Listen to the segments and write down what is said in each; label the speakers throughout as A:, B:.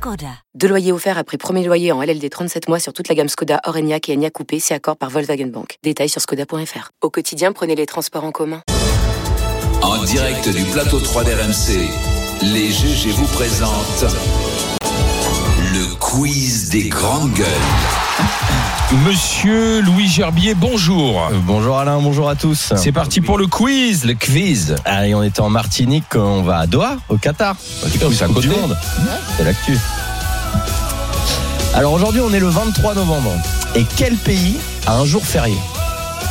A: Skoda. Deux loyers offerts après premier loyer en LLD 37 mois sur toute la gamme Skoda, Orenia et Enya Coupé, c'est accord par Volkswagen Bank. Détails sur skoda.fr. Au quotidien, prenez les transports en commun.
B: En direct du plateau 3 d'RMC, les GG vous présentent le quiz des grandes gueules.
C: Monsieur Louis Gerbier, bonjour.
D: Euh, Bonjour Alain, bonjour à tous.
C: C'est parti pour le quiz, le quiz.
D: Allez, on était en Martinique, on va à Doha, au Qatar.
C: putain, mais Ah, c'est à
D: Coupe du
C: côté.
D: monde. C'est l'actu. Alors aujourd'hui, on est le 23 novembre. Et quel pays a un jour férié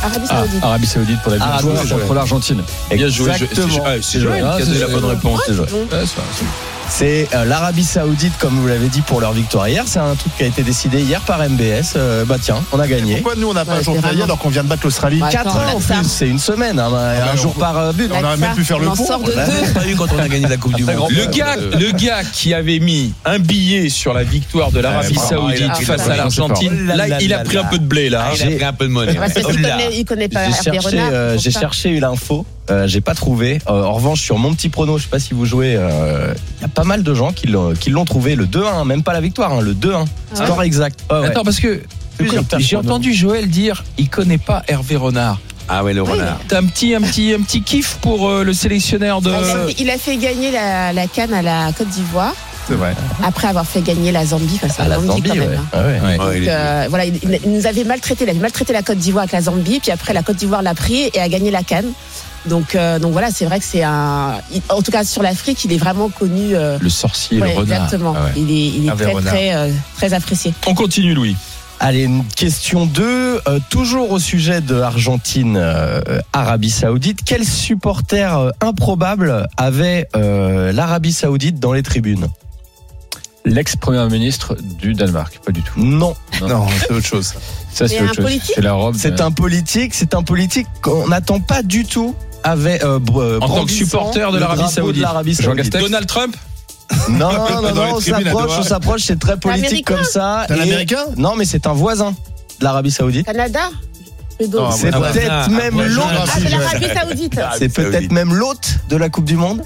E: Arabie
F: Ah,
E: Saoudite.
F: Arabie Saoudite pour la
D: Ah,
F: victoire
D: bien joué.
F: contre l'Argentine.
C: Bien joué. je-
D: Exactement.
C: c'est- ah, C'est Joël qui
F: Ah,
C: a
F: c'est
C: donné la
F: Joël.
C: bonne réponse.
D: C'est Joël.
E: Donc,
C: Ouais, ça-
D: C'est euh, l'Arabie Saoudite, comme vous l'avez dit, pour leur victoire hier. C'est un truc qui a été décidé hier par MBS. Euh, bah tiens, on a gagné.
G: Pourquoi nous on n'a
C: bah,
G: pas
E: Ouais,
G: un jour
E: c'est
G: férié
E: vraiment-
G: alors qu'on vient de battre l'Australie
E: Ouais.
D: Quatre
E: Attends,
D: heures en
E: Lazare.
D: plus, c'est une semaine, hein, un
G: mais
D: jour
G: on-
D: par euh, but.
G: On aurait même pu faire le
E: On en
G: pont.
E: sort de
D: Ouais.
E: deux.
D: pas eu quand on a gagné la Coupe du Monde.
C: Le gars, le gars qui avait mis un billet sur la victoire de l'Arabie
F: Ouais, bravo,
C: Saoudite
E: il a pris
C: face
E: la
C: à l'Argentine,
D: Là,
C: là, il a
D: là,
C: pris un
D: là.
C: peu de blé là.
D: Ah, il a pris
C: un peu de monnaie.
E: Parce que s'il connaît, il connaît pas
D: J'ai
E: Hervé
D: cherché,
E: Renard.
D: euh,
E: c'est pour
D: j'ai
E: ça.
D: cherché l'info, euh, j'ai pas trouvé. Euh, en revanche, sur mon petit prono, je sais pas si vous jouez, il y a pas mal de gens qui l'ont qui l'ont trouvé. Le 2-1, même pas la victoire, hein, le 2-1.
E: Ah ouais
D: Score exact. Ouais, ouais.
C: Attends, parce que
D: C'est quoi, t'as-
C: j'ai entendu Joël dire il connaît pas Hervé Renard. Ah ouais, le
E: renard.
C: T'as un petit, un petit, un petit kiff pour euh, le sélectionneur de.
E: Ah, il, a fait, il a fait gagner la, la canne à la Côte d'Ivoire
C: C'est vrai.
E: après avoir fait gagner la Zambie face à,
D: Ah, la Zambie,
E: quand
D: ouais.
E: même. hein.
D: Ah ouais.
C: Ouais.
E: Donc, euh, voilà, il, il- il nous avait maltraité, il avait maltraité la Côte d'Ivoire avec la Zambie, puis après la Côte d'Ivoire l'a pris et a gagné la canne. Donc, euh, donc voilà, c'est vrai que c'est un. il- en tout cas, sur l'Afrique, il est vraiment connu. euh,
C: Le sorcier,
E: ouais,
C: le renard.
E: exactement.
C: Ah ouais.
E: Il est, il est
C: Hervé
E: très,
C: Renard.
E: très, euh, très apprécié.
C: On continue, Louis.
D: Allez, une question 2, euh, toujours au sujet de Argentine, euh, euh, Arabie Saoudite. Quel supporter euh, improbable avait euh, l'Arabie Saoudite dans les tribunes
F: L'ex-premier ministre du Danemark, pas du tout.
D: Non,
G: Non, c'est autre chose.
F: Ça,
E: Mais
F: c'est autre
E: un
F: chose.
E: politique
F: C'est la robe.
D: c'est
F: de-
D: un politique, c'est un politique qu'on n'attend pas du tout. Avec, euh, br-
C: En tant que
D: brandissant
C: supporter de
D: le
C: l'Arabie
D: drapeau de
C: Saoudite.
D: l'Arabie
F: Jean
D: Saoudite.
F: Texte.
C: Donald Trump
D: Non, non,
G: Dans
D: non,
G: les tribunes
D: on
G: à
D: s'approche,
G: Doha.
D: on s'approche, c'est très politique
E: Américain
D: comme ça.
G: T'as
D: et-
G: l'américain
D: Non, mais c'est un voisin de l'Arabie Saoudite.
E: Canada le dos.
G: Non,
D: C'est
G: Ah, ouais.
D: peut-être
C: Ah,
D: même
G: ouais,
D: l'hôte.
E: Ah,
G: si,
E: de
G: je-
E: l'Arabie Saoudite.
F: Ah
D: C'est peut-être même l'hôte de la Coupe du Monde.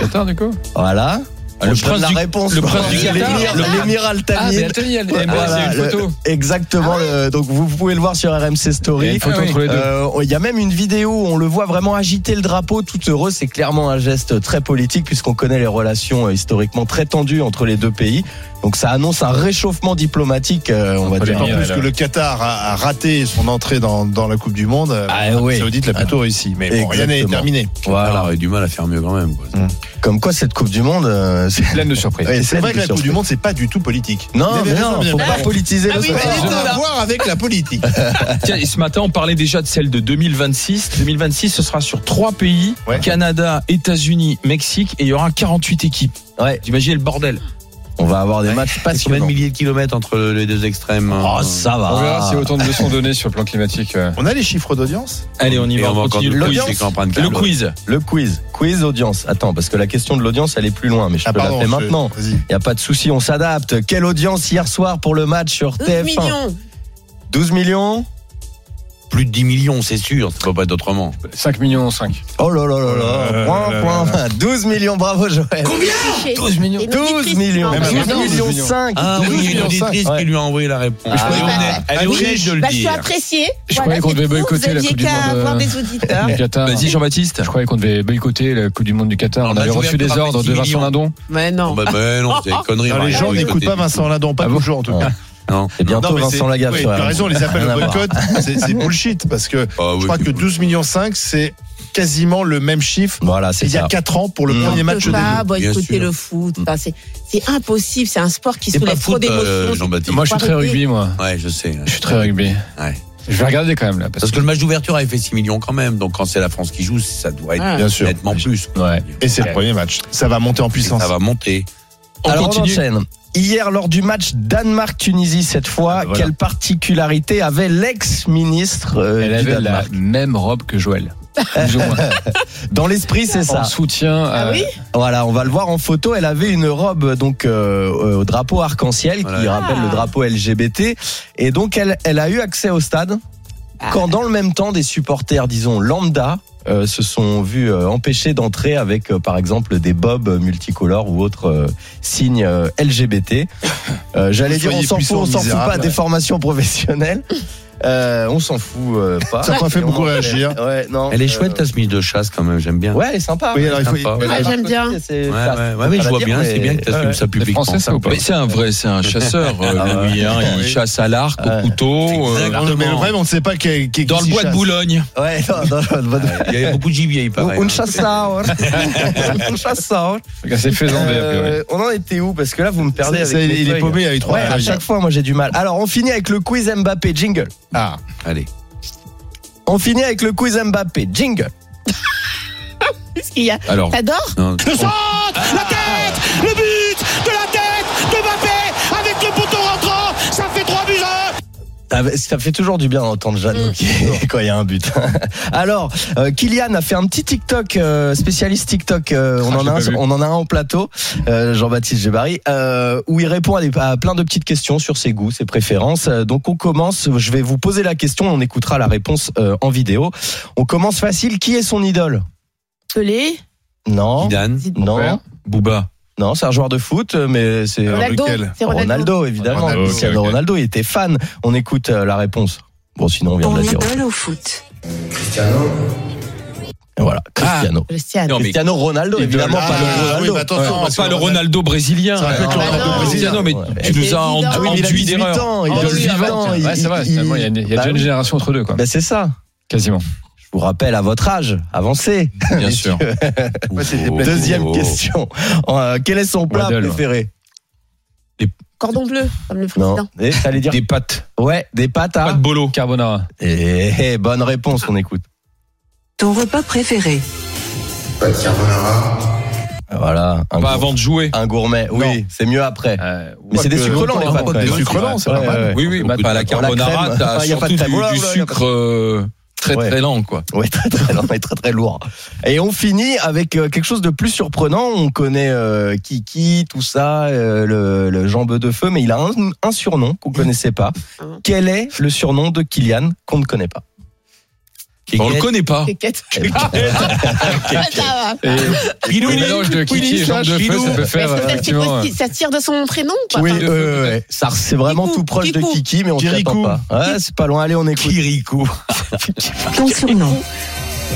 F: Qatar, du coup
D: Voilà.
C: Ah, le
D: Je donne
C: prince
D: la
C: du-
D: réponse.
C: le prince du
D: L'émir-
C: Qatar, le-
D: L'émir Al
F: Ah,
D: Thani.
F: mais attends, il y a
D: Ouais,
F: eh ben,
D: voilà,
F: c'est une
D: le-
F: photo. Ah
D: Exactement. le- Donc vous pouvez le voir sur RMC
F: Il y a
D: Story.
F: une photo
C: Ah oui.
F: entre les deux.
D: Euh, Il y a même une vidéo où on le voit vraiment agiter le drapeau tout heureux. C'est clairement un geste très politique puisqu'on connaît les relations euh, historiquement très tendues entre les deux pays. Donc ça annonce un réchauffement diplomatique, euh, on va
F: Entre les
D: dire.
G: En
F: Ouais,
G: plus
F: là.
G: que le Qatar a, a raté son entrée dans, dans la Coupe du Monde,
D: Ah,
G: l'Arabie
D: ouais.
G: Saoudite l'a plutôt réussi. Mais bon, rien n'est
D: Exactement.
G: terminé.
D: Voilà.
H: aurait du mal à faire mieux quand même. Quoi.
D: Hum. Comme quoi cette Coupe du Monde, euh, c'est
F: Pleine de surprises.
D: Ouais,
G: Et c'est
D: pleine
G: vrai que
D: de
G: la Coupe du
D: surprises.
G: Monde, c'est pas du tout politique. Vous
D: Non,
G: avez
D: mais
G: raison,
D: non,
G: mesdames
D: faut
G: et
D: pas
G: messieurs.
D: politiser
G: Ah
D: le
G: oui,
D: sport.
G: mais elle est à voir avec la politique.
C: Tiens, et ce matin, on parlait déjà de celle de 2026. 2026, ce sera sur trois pays
G: Ouais.
C: Canada, États-Unis, Mexique, et il y aura 48 équipes.
D: Ouais.
C: T'imagines le bordel
D: On va avoir des matchs
H: Combien de
D: passionnants.
H: milliers de kilomètres entre les deux extrêmes
C: Ah,
D: Oh, ça
F: On verra
D: va.
F: s'il y a autant de leçons données sur le plan climatique. euh.
G: On a les chiffres d'audience
C: Allez, on y
H: Et
C: va.
H: on va
C: on
H: encore
C: continue
H: nous
C: le
H: coucher
C: quiz.
H: quand on prend une
C: Le
H: table.
C: quiz.
D: Le quiz, quiz audience. Attends, parce que la question de l'audience, elle est plus loin, mais je peux la faire
G: Ah, je-
D: maintenant.
G: Vas-y.
D: Il n'y a pas de souci, on s'adapte. Quelle audience hier soir pour le match sur
E: 12
D: TF1
E: millions.
D: 12 millions
H: Plus de 10 millions, c'est sûr. Ça peut pas être autrement.
F: 5 millions 5.
D: Oh là là là
G: Oh
D: là,
G: là
D: point,
G: là
D: point.
G: là
D: 12 millions, bravo Joël.
E: Touché.
F: 12 millions.
E: Et
D: 12
E: Dimitri,
D: millions,
E: non,
G: Même
E: mais
G: avant,
E: non.
D: 12 millions 5.
H: Ah oui, il y a une auditrice qui lui a envoyé la réponse.
D: Ah,
H: Elle est
E: oui,
H: honnête. Elle est
E: bah,
H: obligée de le
E: Bah, je suis
H: dire.
E: apprécié.
F: Je croyais qu'on devait boycotter la Coupe du Monde, euh,
E: avoir des auditeurs.
F: Du Qatar.
C: Vas-y, Jean-Baptiste.
F: Je croyais qu'on devait boycotter la Coupe du Monde du Qatar.
H: Non,
F: On
H: le
F: avait
H: match
F: reçu
H: ouvert
F: des
H: coûtera
F: ordres de
H: 10
F: Vincent
H: millions.
F: Lindon.
E: Mais non.
H: Non, bah, bah, non, c'est une connerie.
G: Non,
H: on
G: les
H: va
G: gens
H: rien
G: n'écoutent
H: écouter.
G: pas Vincent Lindon, pas
F: Ah bon
G: toujours en tout cas.
D: Ouais.
H: Non.
D: Et
G: Non,
D: bientôt
G: mais
D: Vincent
G: c'est-
D: Lagaffe
G: oui,
D: sur
G: tu as
D: RMC.
G: raison, les appels
D: Rien
G: au
D: à voir.
G: boycott, c'est c'est bullshit parce que
H: Ah oui,
G: je crois
H: c'est
G: que
H: cool.
G: 12 millions 5 c'est quasiment le même chiffre
D: Voilà, c'est
G: il y
D: ça.
G: a 4 ans pour le
C: Mmh.
D: Mm.
G: premier
E: On
G: match
E: peut
G: des
E: pas boycotter
H: sûr.
E: le foot. Enfin, c'est, c'est impossible. C'est un sport qui
H: C'est pas
E: soulève trop
H: foot, euh,
E: d'émotions.
H: Jean-Baptiste.
F: Moi, je suis très
E: Arrêtez.
F: rugby, moi.
H: Ouais, je sais.
F: Je suis très rugby.
H: Ouais.
F: Je vais regarder quand même là. Parce
H: Parce
F: que...
H: que le match d'ouverture avait fait 6 millions quand même. Donc quand c'est la France qui joue, ça doit être
E: Ah.
G: Bien sûr.
H: nettement plus.
F: Ouais.
G: Et c'est
F: Ouais.
G: le premier match. Ça va monter en
H: Et
G: puissance.
H: ça va monter.
C: On
D: Alors on
C: continue.
D: enchaîne. Hier, lors du match Danemark-Tunisie, cette fois,
F: Ah,
C: ben
F: voilà.
D: quelle particularité avait l'ex-ministre euh,
F: Elle
D: du
F: avait la
D: Danemark
F: même robe que Joël. plus ou moins.
D: Dans l'esprit, c'est ça.
F: En soutien à-
E: Ah oui
D: Voilà, on va le voir en photo. Elle avait une robe donc euh, euh, au drapeau arc-en-ciel qui
H: Voilà.
D: rappelle le drapeau LGBT. Et donc elle, elle a eu accès au stade
H: Ah.
D: quand dans le même temps des supporters, disons lambda, euh, se sont vus euh, empêchés d'entrer avec euh, par exemple des bobs multicolores ou autres euh, signes euh, LGBT. Euh, J'allais dire on
G: Soyez
D: s'en fout,
G: puissants,
D: on s'en fout
G: misérables,
D: pas des
G: ouais.
D: formations professionnelles. Euh, on s'en fout euh, pas.
G: Ça n'a pas fait
D: Et on
G: beaucoup
D: en-
G: réagir.
D: Ouais, non.
H: Elle est
D: euh,
H: chouette ta chemise de chasse quand même, j'aime bien.
D: Ouais, elle est sympa.
G: Oui, alors il faut-
H: Sympa.
G: il-
E: Ouais, Ah, j'aime bien.
D: C'est-
H: Ouais,
D: ça-
H: ouais,
D: faut
H: ouais, mais
D: pas
H: je
D: la
H: vois
D: dire,
H: bien,
D: mais- euh,
H: c'est bien que tu
D: Ouais,
H: assumes
D: ouais.
H: ça
F: C'est
H: publiquement.
F: français, ça, ou pas
C: Mais c'est un vrai, c'est un chasseur, euh,
D: Ah
C: lui. hein. il
G: Oui.
C: chasse à l'arc,
D: Ouais.
C: au couteau, euh,
H: Exactement.
G: Mais le vrai, on ne sait pas qui est qui est-
C: dans
G: qui
C: le
G: s'y
C: bois de
G: chasse.
C: Boulogne.
D: Ouais, non, non, non, bonne-
H: Il y avait beaucoup de gibier, il paraît.
D: Un
H: hein.
D: chasseur. Un chasseur.
F: Regarde, C'est faisant
D: Euh, on en était où Parce que là, vous me perdez
G: Ça,
D: avec
G: ça,
D: mes
G: Il est
D: feuilles.
G: paumé, il a eu trois
D: Ouais, à
G: feuilles.
D: chaque fois, moi j'ai du mal. Alors, on finit avec le quiz Mbappé jingle.
G: Ah,
H: Allez.
D: On finit avec le quiz Mbappé jingle.
E: Qu'est-ce qu'il y a
H: Alors,
E: T'adores
H: non,
I: La
C: Ah.
I: tête Le but De la tête De Mbappé Avec le poteau rentrant Ça fait 3 buts à 1
D: Ah, bah, Ça fait toujours du bien d'entendre
E: Mm.
D: Jeanne qui- quand il y a un but. Alors, euh, Kylian a fait un petit TikTok, euh, spécialiste TikTok. euh, on,
F: Ah,
D: en
F: j'ai
D: a un,
F: pas vu.
D: on en a un en plateau, euh, Jean-Baptiste Gébari, euh, où il répond à, des- à plein de petites questions sur ses goûts, ses préférences. Euh, donc, on commence. Je vais vous poser la question. On écoutera la réponse euh, en vidéo. On commence facile. Qui est son idole
E: Pelé
D: Non.
H: Zidane,
D: Non.
C: Booba.
D: Non, c'est un joueur de foot, mais c'est
G: Alors,
E: Ronaldo
G: lequel
E: C'est
D: Ronaldo,
E: Ronaldo.
D: évidemment.
G: Ronaldo,
F: ok,
D: Cristiano
F: ok.
D: Ronaldo, il était fan. On écoute euh, la réponse. Bon, sinon, on vient de la dire.
A: au foot.
D: Et Voilà, Cristiano.
E: Christiane.
C: Non, mais
D: Cristiano Ronaldo, évidemment,
G: Ah,
D: pas le
G: oui,
D: Ronaldo.
G: mais attention,
C: Non,
G: parce
C: pas
G: que
C: le Ronaldo brésilien.
G: C'est un peu
C: Euh,
G: que le
E: Ronaldo
C: non.
E: brésilien.
C: Non, mais
D: Ouais.
C: tu nous as
E: Ah oui, mais il
D: oui,
E: a
D: mais il a
C: enduit
D: 18
C: d'erreurs.
D: ans, il
F: Ah
D: a
F: oui,
D: 18
F: avant,
D: ans.
F: ouais, c'est vrai, finalement, il y a une, il y a
D: Bah
F: déjà une
D: oui.
F: génération entre deux, quoi.
D: Bah, c'est ça.
F: Quasiment.
D: Je vous rappelle à votre âge, avancez.
C: Ah
F: Bien sûr.
D: Deuxième
H: Oh.
D: question. Euh, quel est son plat
F: Waddle.
D: préféré
E: Cordon bleu, comme le
D: Non.
E: président.
D: Eh, t'allais dire
C: Des pattes.
D: Ouais, des pâtes
C: Pas
D: à.
C: de bolo.
F: Carbonara.
D: Eh, eh, bonne réponse, on écoute.
A: Ton repas préféré.
D: Ah, Voilà, un,
C: Pas
D: gour-
C: avant de jouer.
D: un gourmet. Oui, c'est mieux après.
F: Euh,
D: Mais c'est des sucres lents, les
F: longtemps,
D: pâtes.
F: hein,
D: quand même.
G: des sucres lents, c'est
D: Ouais,
G: pas mal.
D: ouais, ouais.
C: Oui, oui, bah, t'as la
D: La
C: carbonara,
D: crème.
C: t'as
D: Ah, y a pas de
C: surtout
D: crème.
C: du,
D: Voilà,
C: du
D: voilà, y a pas de-
C: sucre euh, très
D: Ouais.
C: très lent, quoi.
D: Oui, très très long et très très lourd. Et on finit avec euh, quelque chose de plus surprenant. On connaît euh, Kiki, tout ça, euh, le, le jambeux de feu, mais il a un, un surnom qu'on connaissait pas. Quel est le surnom de Kylian qu'on ne connaît pas
C: Bah, on le connaît pas.
E: Kékette. Ah, Ça va.
F: Et le mélange de Kiki et Jean de Feu, ça peut
E: Mais
F: faire euh,
E: c'est- c'est-
F: effectivement.
E: c'est- Ça tire de son prénom, quoi.
D: Oui,
E: Enfin,
D: euh, ouais, ouais. Ça, c'est vraiment
E: Kikou,
D: tout proche de
E: Kikou.
D: Kiki, mais on s'y attend
G: Kirikou.
D: pas. Ouais, c'est pas loin. Allez, on écoute.
H: Kirikou.
A: Ton surnom.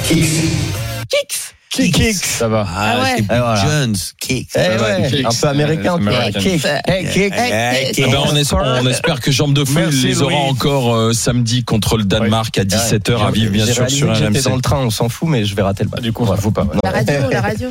E: Kix.
D: Kikix.
F: Ça va.
H: Ah,
E: ouais.
H: c'est
D: Et voilà.
H: Jones, Kicks.
D: Eh
F: va,
D: ouais,
F: Kikix.
D: un peu américain.
F: Ouais, c'est
D: Kikix. Eh, Kikix.
E: Eh,
C: Ah ben, on, espère, on espère que Jambes de Feu
G: Merci,
C: il les aura
G: Louis.
C: encore euh, samedi contre le Danemark à 17h à
D: J'ai-
C: vivre bien
D: j'ai
C: sûr
D: réalisé
C: sur
D: que J'étais dans
C: RMC.
D: le train, Bah, on s'en fout, mais je vais rater le match.
F: Du coup, on s'en fout pas.
E: La radio, la radio.